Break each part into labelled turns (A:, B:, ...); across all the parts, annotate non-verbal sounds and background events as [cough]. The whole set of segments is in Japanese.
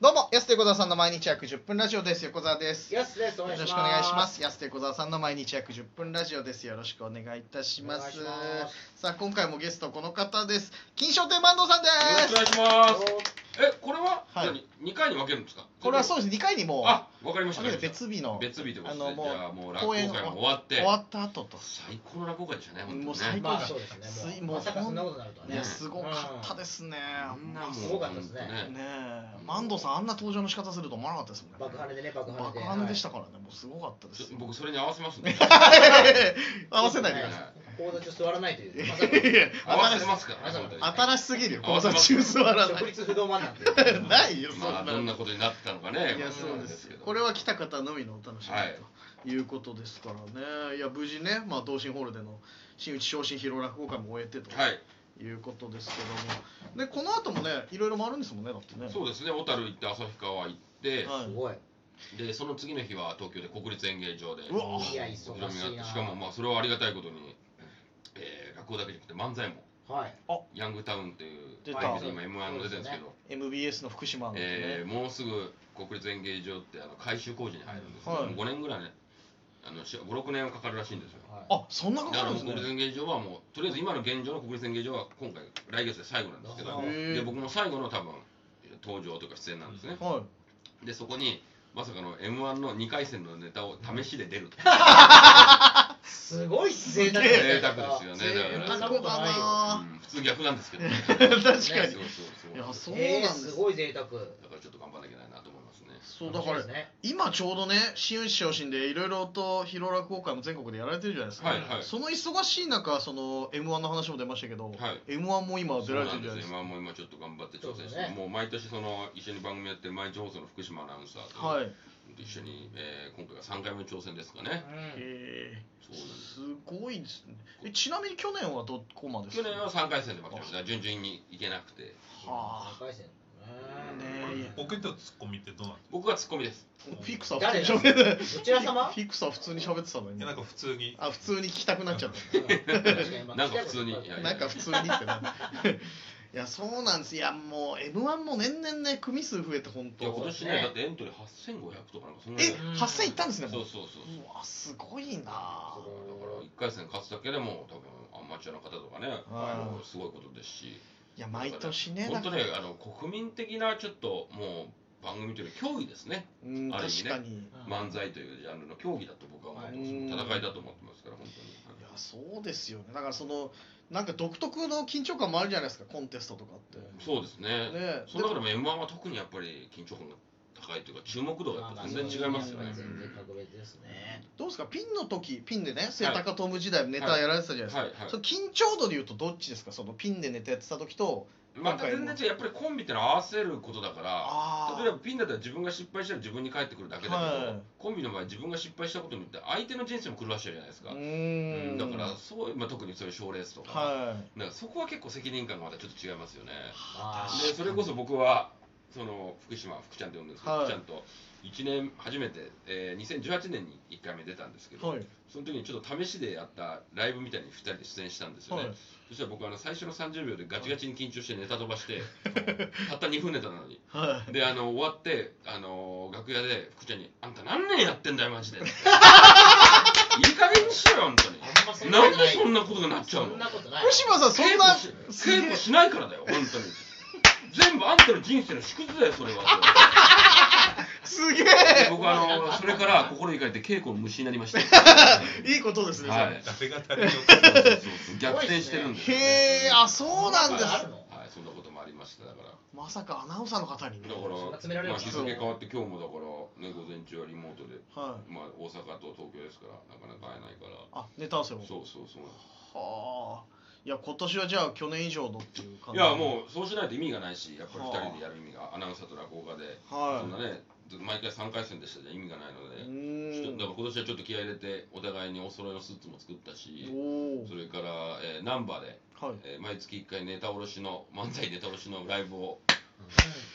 A: どうも、安手小沢さんの毎日約10分ラジオです。横澤です。よ
B: やすです。お
A: ろ
B: 願いしま
A: し
B: す。
A: くお願いします。安手小沢さんの毎日約10分ラジオです。よろしくお願いいたします。
B: お願いしま
A: さあ、今回もゲストこの方です。金賞天満堂さんで
C: よろしくお
A: す。
C: 願いします。え、これは、
A: はい
C: 何二回に分けるんですか。
A: これはそうです。2回にも
C: あ、わかりました。
A: 分けて別日の
C: 別日ってことです
A: あの
C: ね。
A: もう
C: じゃあもう落語会も終わって
A: 終。わった後と。
C: 最高の落語会でしたね。本当にね
A: もう最高
B: まあそうですね。
A: す
B: も
A: も
B: う
A: う
B: まさかそんなことになるとはね。
A: ね、すごかったですね。あ
C: あ
A: ん
C: ん
A: な
C: なもう
B: すごかったですね
C: 本当
A: ねえ、マンドさんあんな登場の仕方すると思わなかったですもんね。
B: 爆破でね、爆破で。。
A: 爆破でしたたからね、もうすごかったで
C: ちょ
A: すよ。
C: 僕それに合わせますんで。
A: [laughs] 合わせないでください。
B: 講座中座らないという。まさか
A: いや
C: 合わ
A: 新
C: せ
A: し
C: ますから。
B: 新しい
C: 本当に
A: 新しすぎるよ、講座中座らな
B: 直
A: い。
B: 立不動マンなんて。
A: [laughs] ないよ、そん
C: ま
A: な
C: あどんなことになったのかね。
A: いや、
C: わか
A: そ
C: ん
A: う
C: な
A: で
C: い
A: すよ
C: け。ど
A: これは来た方のみのお楽しみ
C: はい
A: ということですからね。いや、無事ね、まあ、同心ホールでの新内昇進披露落語会も終えてと
C: はい。
A: いうことですけども。で、この後もね、いろいろ回るんですもんね、だってね。
C: そうですね。小樽行って旭川行って、
A: は
B: す
A: い。
B: ごい。
C: でその次の日は東京で国立演芸場で。
A: うわ
B: いや、
C: お披
B: 忙
C: 露目があっ
B: していな。
C: しかもまあそれはありがたいことに、えー、落語だけじゃなくて漫才も
B: はい。
C: ヤングタウンっていう
A: 出
C: 今
A: た
C: M1 も出てるんですけど
A: MBS の福島のね。
C: えーもうすぐ国立演芸場ってあの改修工事に入るんですけど、
A: はい
C: もう5年ぐらいねあの56年はかかるらしいんですよ
B: は
A: あ、そんな
C: だ
A: か
C: か
A: からるん
C: も
A: です
C: う国立
A: ね。
C: 演芸場はもうとりあえず今の現状の国立演芸場は今回来月で最後なんですけ
B: あ
C: ど
B: は
A: へ
C: で
A: ー
C: 僕も最後の多分登場というか出演なんですね、
A: はい。
C: でそこにまさかの m 1の2回戦のネタを試しで出るって
B: い。すごい贅沢
C: 贅沢ですよね
B: そ
C: だか
B: んな
C: ら
B: ことないよ。
C: うん普通逆なんですけど、ね、
A: [laughs] 確かに。
C: そう
A: い
C: そうそう
A: や、そうなん
B: え
A: で
B: ー、
A: す
B: す。ごい贅沢。
C: だからちょっと頑張らなきゃいけないなと思いますね
A: そう、だから
B: 楽しみです。ね。
A: 今ちょうどね新内昇進でいろいろと披露落語会も全国でやられてるじゃないですか、
C: はいはい
A: その忙しい中その m 1の話も出ましたけど、
C: はい
A: m 1も今出
C: そう
A: られ
C: な
A: て
C: ん
A: るじ
C: で
A: ゃ
C: す
A: ないですか
C: ね今も今ちょっと頑張って挑戦して、
B: そうですね
C: もう毎年その一緒に番組やってる毎日放送の福島アナウンサーと、
A: はい、
C: 一緒に、えー今回が3回目の挑戦ですかね、
B: うん。
A: え
C: そ
A: ー、
C: うなんです
A: すごいですねえちなみに去年はどこまでです
C: 去
A: か
C: 年は3回戦で負けました順々にいけなくて
A: はあ
B: 高い線。
A: ね
D: ボケとツッコミってどうなんです
C: 僕はツッコミ
A: [laughs]
C: です
A: フィクサー普通
B: 誰
A: に
B: だ
A: 喋って
B: どちら様
A: フィクサー普通に喋ってたの
D: か
A: に
D: いやなんか普通に
A: あ普通に聞きたくなっちゃっ
B: なん
C: か普通にいや
A: たなんか普通にって [laughs] ないやそうなんですいやもう m 1も年々ね組数増えて本
C: いや今
A: 当
C: 年ね
B: ね
C: だってエントリー8500とかなんかそんな
A: え
C: に
A: 8000いったんですね
C: そ
A: もう
C: うそうそう
A: うわすごいな
B: すごい
C: だから1回戦勝つだけでも多分アマチュアの方とかね
A: あー
C: あのすごいことですし
A: いや毎年ね
C: 本当ね
A: なんか
C: あの国民的なちょっともう番組というより脅威ですね
A: うん
C: ある意
A: 確
C: 味ね
A: かにい
C: 漫才というジャンルの競技だと僕は思ってます、
A: うん
C: 戦いだと思ってますから本
A: やそうですよねだからそのなんか独特の緊張感もあるじゃないですかコンテストとかってね
C: 当に、そうですね
A: え
C: その中でも m 1は特にやっぱり緊張感が高いというか注目度がやっぱ全然違いますよね、
B: 全然格別ですね。
A: どうですかピンの時ピンでね瀬高トム時代ネタやられてたじゃないですか、
C: はいはい
A: その緊張度でいうとどっちですかそのピンでネタやってた時と
C: また全然違うやっぱりコンビってのは合わせることだから
A: あ
C: 例えばピンだったら自分が失敗したら自分に返ってくるだけだけど、
A: はい
C: コンビの場合自分が失敗したことによって相手の人生も狂わしてるじゃないですか、
A: う
C: う
A: ー
C: ん
A: ん
C: だからそういう、まあ、特にそういう賞レースとか、
A: はい
C: なんかそこは結構責任感がまたちょっと違いますよね。
B: あー
C: でそれこそ僕はその福島福ちゃんって呼んでるんですけど、
A: はい
C: 福ちゃんと1年初めて、えー2018年に1回目出たんですけど、
A: はい
C: その時にちょっと試しでやったライブみたいに2人で出演したんですよね、
A: はい
C: そしたら僕あの最初の30秒でガチガチに緊張してネタ飛ばして [laughs] たった2分ネタなのに
A: は
C: であの終わってあの楽屋で福ちゃんに「あんた何年やってん [laughs] だよマジで」いい加減にしろよ本当に
B: あんま [laughs] そんなこ
C: なん
B: と
C: で
B: ない。
C: そんなことになっちゃ
B: そ
C: うんの
B: なことない。
A: い福島さんそんな
C: 稽古し
A: すげえ
C: 稽古しないからだよ本当に全部あんたの人生の縮図だよそれ
A: [laughs]
C: は
A: すげ
C: で僕あのそれから心ゆかれて稽古の虫になりました
A: [laughs] えいいことですね、
C: は
D: か
C: い
D: 誰が誰
C: [laughs]
D: を
C: そうそうそう逆転してるん
A: そ
C: で
A: れ
C: すよね
A: へえあそうなんです
B: あるの
C: はいそんなこともありましただから
A: まさかアナウンサーの方にね
C: だか
B: そんな
C: ら
B: 詰められる
C: まあ
B: かな
C: 日付変わって今日もだからね午前中はリモートで
A: はい
C: まあ大阪と東京ですからなかなか会えないから
A: あネタ合わせも
C: そうそうそう
A: はあいや今年はじゃあ去年以上のっていう感
C: い
A: じ
C: やもうそうしないと意味がないしやっぱり二人でやる意味がアナウンサーと落語家で
A: うは
C: そん
A: い
C: なねず毎回3回戦でしたじゃ意味がないので
A: う
C: ちょっと
A: ー
C: だから今年はちょっと気合い入れてお互いにお揃いのスーツも作ったし
A: ん
C: それから、えーナンバーで、
A: おおはい
C: えー毎月1回ネタ卸しの漫才ネタ卸しのライブを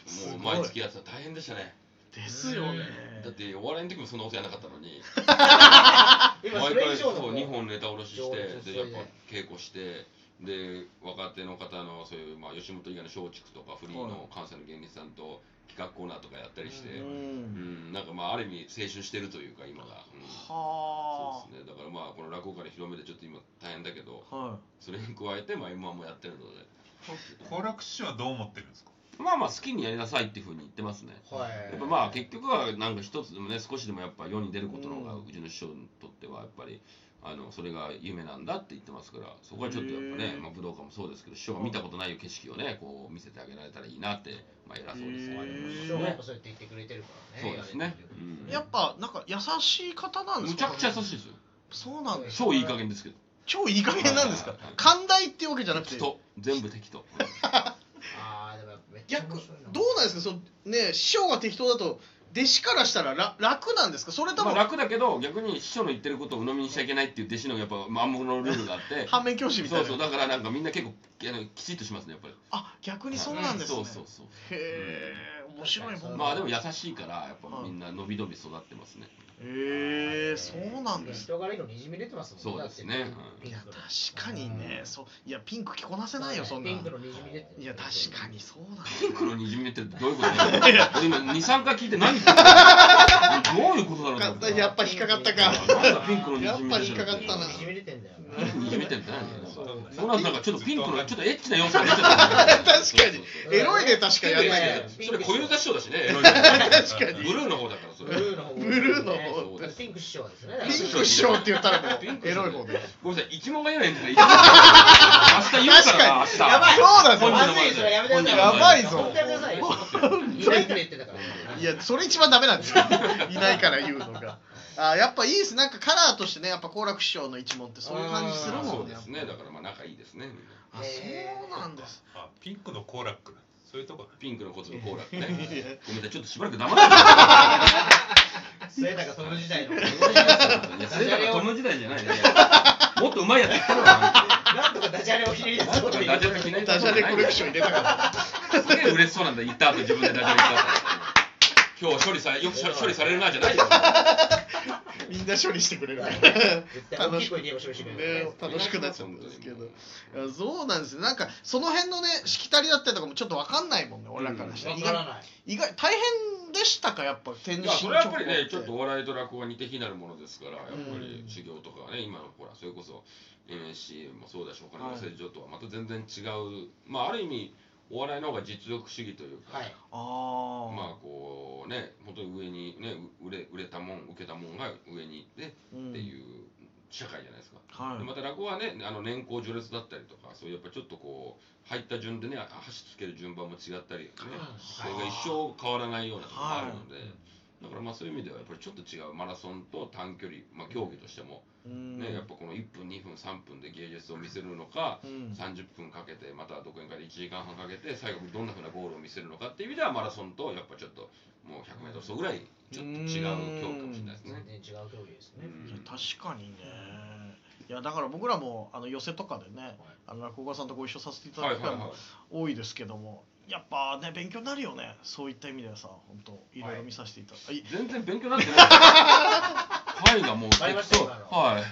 A: すごい
C: も
A: う
C: 毎月やってた大変でしたね
A: ですよね
C: だってお笑いの時もそんなことやらなかったのに
B: 今そ
C: 毎
B: れ以
C: 回
B: 上
C: そ
B: の
C: う2本ネタ卸しして
B: 上手
C: でやっぱ稽古してで若手の方のそういう、まあ、吉本以外の松竹とかフリーの関西の芸人さんと企画コーナーとかやったりして、
A: う
C: うんん、なんかまあある意味青春してるというか今が、うん
A: は
C: そうですねだからまあこの落語家の広めでちょっと今大変だけど
A: あは
C: それに加えてまあ m 1もやってるので
D: 好楽師匠はどう思ってるんですか
C: まあまあ好きにやりなさいっていうふうに言ってますね
B: はい。
C: やっぱまあ結局はなんか一つでもね少しでもやっぱ世に出ることの方がうちの師匠にとってはやっぱりあのそれが夢なんだって言ってますからそこはちょっとやっぱ
A: へ
C: ね
A: ー、
C: まあ、武道館もそうですけど師匠が見たことない景色をねこう見せてあげられたらいいなって、まあ、偉そうです
A: へ
C: ね
A: ー
B: 師匠がやっぱそうやって言ってくれてるからね。
C: そうですね
A: あやっぱなんか優しい方なんで
C: む
A: す
C: ちゃ
A: か
C: くちゃ優しいですよ
A: そうなんです
C: 超いい加減ですけど
A: 超いい加減なんですか
C: はい
A: 寛大っていうわけじゃなくて
C: 適当全部適当
B: ああ、でもやっぱめっちゃ
A: 逆
B: 面
A: ど
B: 白いな
A: うなんですかそのね師匠が適当だと弟子からしたらら楽なんですかそれと
C: ま
A: も、
C: あ楽だけど逆に師匠の言ってることを鵜呑みにしちゃいけないっていう弟子のやっぱ暗黙のルールがあって [laughs]
A: 反面教師みたい
C: そ
A: な
C: うそうだからなんかみんな結構あのきちっとしますねやっぱり
A: あ逆にそうなんですね、
C: そうそうそう
A: へえ面白いもんだ
C: まあでも優しいからやっぱみんな伸び伸び育ってますね。
A: へえそうなんですね
B: 人柄いいのにじみ出てますもん
C: そうですね
A: いや確かにねそういやピンク着こなせないよそんな
B: ピンク
A: い
B: のにじみ出てる
A: や確かにそうなんだ
C: ピンクのにじみってどういうことだろう。俺 [laughs] 今二三回聞いて何言ってるどういうことだろうと思
A: かやっぱ引っかかったか
C: なんだピンクのに
A: やっ
C: じみ
A: ぱ
C: 出
A: り引っかかったな
B: にじみ出てんだよな
C: にじみって何なんだ
B: そう
C: よそうなんだなんかちょっとピンクのちょっとエッチな要素が出ち [laughs] ゃったね
A: 確かにエロいね確かにやんない
B: いやいや
A: け
C: それ小遊三師匠だしねエロいの
A: 確かに
C: ブルーの方だからそ
B: ブ
C: れ
B: ルーの方
A: ブルーの方
B: そうですピンク師匠ですね
A: どピンク師匠って言ったらもうエロい方で
C: ごめんなさい一問が言えないんだから一問明日言うからな明
A: 確
C: 日
A: かにやばいそうなんですよやばいぞ
B: まずいそれやめてください本
C: 本人の前
B: 当やめてくださいよいないから言ってたから
A: いやそれ一番ダメなんですよ
C: [laughs]
A: いないから言うのがあやっぱいいですなんかカラーとしてねやっぱ好楽師匠の一問ってそういう感じする
C: そ
A: も
C: うん
A: ね
C: ですねだからまあ仲いいですねみんな
A: あそうなんです
D: あピンクの好楽なんですそういうとこだ
C: ピンクのコツのコーラって
A: いや
C: ね。ごめんなさい、ちょっとしばらく黙って
B: 末高その時代の
C: てください。いや、それだからトム時代じゃないね。もっとうまいやつ言ってるのか
B: なんとかダジャレをひねり出
C: な。
B: そう
C: なん
B: と
C: と
B: い
C: か
B: う
C: ダジャレひねり出
A: ダジ
C: すこ
A: ャ
C: と
A: レ
C: な
A: コ
C: いん
A: レ
C: だ
A: クション入れたか
C: すげえ嬉しそうなんだ、言った後自分でダジャレ言った後。今日は処理され、よく処理処理されるなじゃないよ。
A: らみんな処理してくれるから
B: 絶対大きい声で言えば勝利してくれる
A: ね楽しくなっちゃうんですけどいやそうなんですよなんかその辺のねしきたりだったりとかもちょっと分かんないもんね俺らからしたら、
B: わ
A: 意
B: から
A: 外
B: ない
A: 意外大変でしたかやっぱ天
C: い
A: 神
C: や、それはやっぱりね、ちょっと
A: 直
C: お笑いと落語が似て非なるものですから、やっぱり
A: うん
C: 修行とかはね、今のほら、それこそ NSC もそうだし、他の養成所とはまた全然違う、まあ、ある意味、お笑いの方が実力主義というか
B: は、い
A: 後
C: まあ
A: ああ、
C: こうね本当に上にねう売れ売れたもん受けたもんが上に行って
A: うん
C: っていう社会じゃないですか、
A: はい
C: でまた落語はねあの年功序列だったりとかそういうやっぱちょっとこう入った順でねあ箸つける順番も違ったり、ね、それが一生変わらないようなところがあるので、
D: はい
C: だからまあそういう意味ではやっぱりちょっと違うマラソンと短距離、まあ、競技としても、
A: うん
C: ねやっぱこの1分2分3分で芸術を見せるのか、
A: うん
C: 30分かけてまた独演会で1時間半かけて最後にどんなふうなゴールを見せるのかっていう意味ではマラソンとやっぱちょっともう 100m 走ぐらいちょっと違う競技かもしれないです
B: 全
C: ね。
B: 然違う競技ですね
A: いや確かにねいやだから僕らもあの寄せとかでねあの落語家さんとご一緒させていただ
C: はい
A: く
C: はい
A: 機会
C: は
A: も多いですけどもやっぱね勉強になるよねそういった意味ではさ本当いろいろ見させていただい
C: い、全然勉強になって
A: [laughs]
C: ない。はいがもう
B: わかりました
C: そう
B: 今の
C: はい。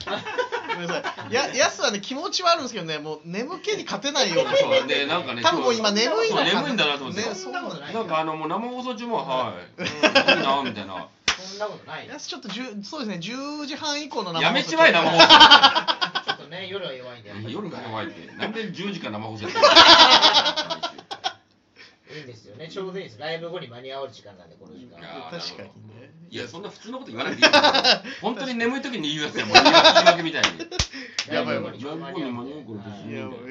A: ごめんなさいややすはね気持ちはあるんですけどねもう眠気に勝てないような
C: そうでなんかね
A: 多分もう今眠いの
C: そう
A: かな
C: 眠いんだなと思って。
A: ね
B: そんなことない
C: なんかあのもう生放送中もはい。うんいいなみたいな。
B: そんなことない
A: やすちょっとじゅうそうですね10時半以降の生放送
C: やめちまえ生放送。
B: ちょっとね夜は弱いんでやっぱり
C: 夜が怖いって。なんで10時間生放送や [laughs] って
B: いいんですよねちょうどいいですライブ後に間に合う時間なんでこの時間
C: いやー
A: 確かにね
C: いや、そんな普通のこと言わなくていいですよ。本当に眠い時に言うやつやもん。言い訳みたいに。
A: やばいやば
C: いやばい
A: い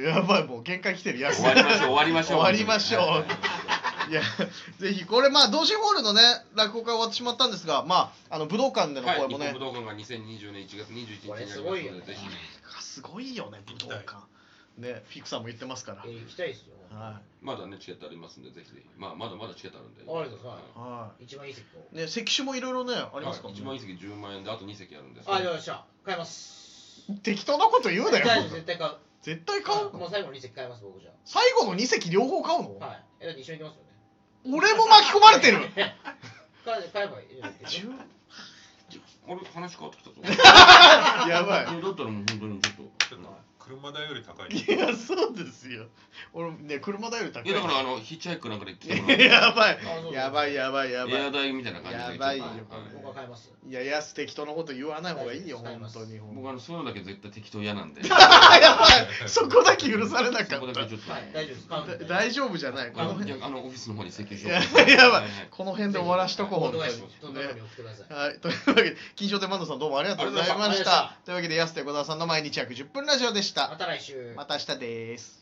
A: ややばいもう限界来てるやす
C: 終わりましょう、終わりましょう。
A: 終わりましょう
C: はい
A: いやぜひこれまあ同心ホールのね落語会終わってしまったんですがまああの武道館での
C: はい、
A: 声
C: 日
A: も
C: 本
A: ね、
C: 武道館が2020年1月21日に
B: こ
C: あ
B: れ
C: ります
B: す
C: の
B: ご
C: で、
B: いよね
C: ぜひ。
A: すごいよね武道館ねフィクさんも言ってますから、
B: 行きたいですよ
A: は
C: まだね、チケットありますんで、ぜひぜひ。まあ、まだまだチケットあるんで。
B: ありがとうございます
A: いは
B: 一番いい席を
A: いね席種もいろいろねありますから、
C: は
A: ね
C: い一番いい席10万円で、あと2席あるんですけど。
B: あよっしゃ買います
A: 適当なこと言うなよ
B: 大丈夫絶対買う
A: 絶対買う
B: もう
A: の
B: 最後の2席買います僕じゃ
A: 最後の2席両方買うの、
B: あはいえだって一緒に行きますよね
A: 俺も巻き込まれてる
B: 買
C: [laughs]
B: え買えばいいじゃないですか
A: 10
C: 俺、話変わってきたぞ。
A: やばい
C: だったらもう本当にちょっと。
D: ちょっと車代より高い。
A: いやそうですよ俺ね車代より高い
C: いやだからあのヒッチハイクなんかで来てもらう
A: やばい
B: あそうそう
A: やばいやばいやばい
C: エア代みたいな感じで
A: やばいよ
C: ちょっと
A: これ
B: 僕は買いますよ
A: いや安適当なこと言わない方がいいよ
B: 大丈夫
A: 本
B: です
A: 当に
C: 僕あのそういうのだけ絶対適当
A: [laughs]
C: 嫌なんで
A: あやばいそこだけ許されなか
C: そこ
A: っ
C: だ
A: た
C: けちょっと、
B: はい大丈夫です買うんで
A: だ大丈夫じゃないこ
C: あ
A: の
C: の
A: 辺
C: いやあのオフィスの方に請求書
A: いややばいこの辺で終わらしとこう本当に
B: どんなに送ってください
A: はい、というわけで金賞天満堂さんどうもありがとうございま
B: ありがとうござい
A: し
B: ました
A: たというわけで安手小沢さんの毎日約10分ラジオでし
B: ま
A: た
B: た来週
A: また明日です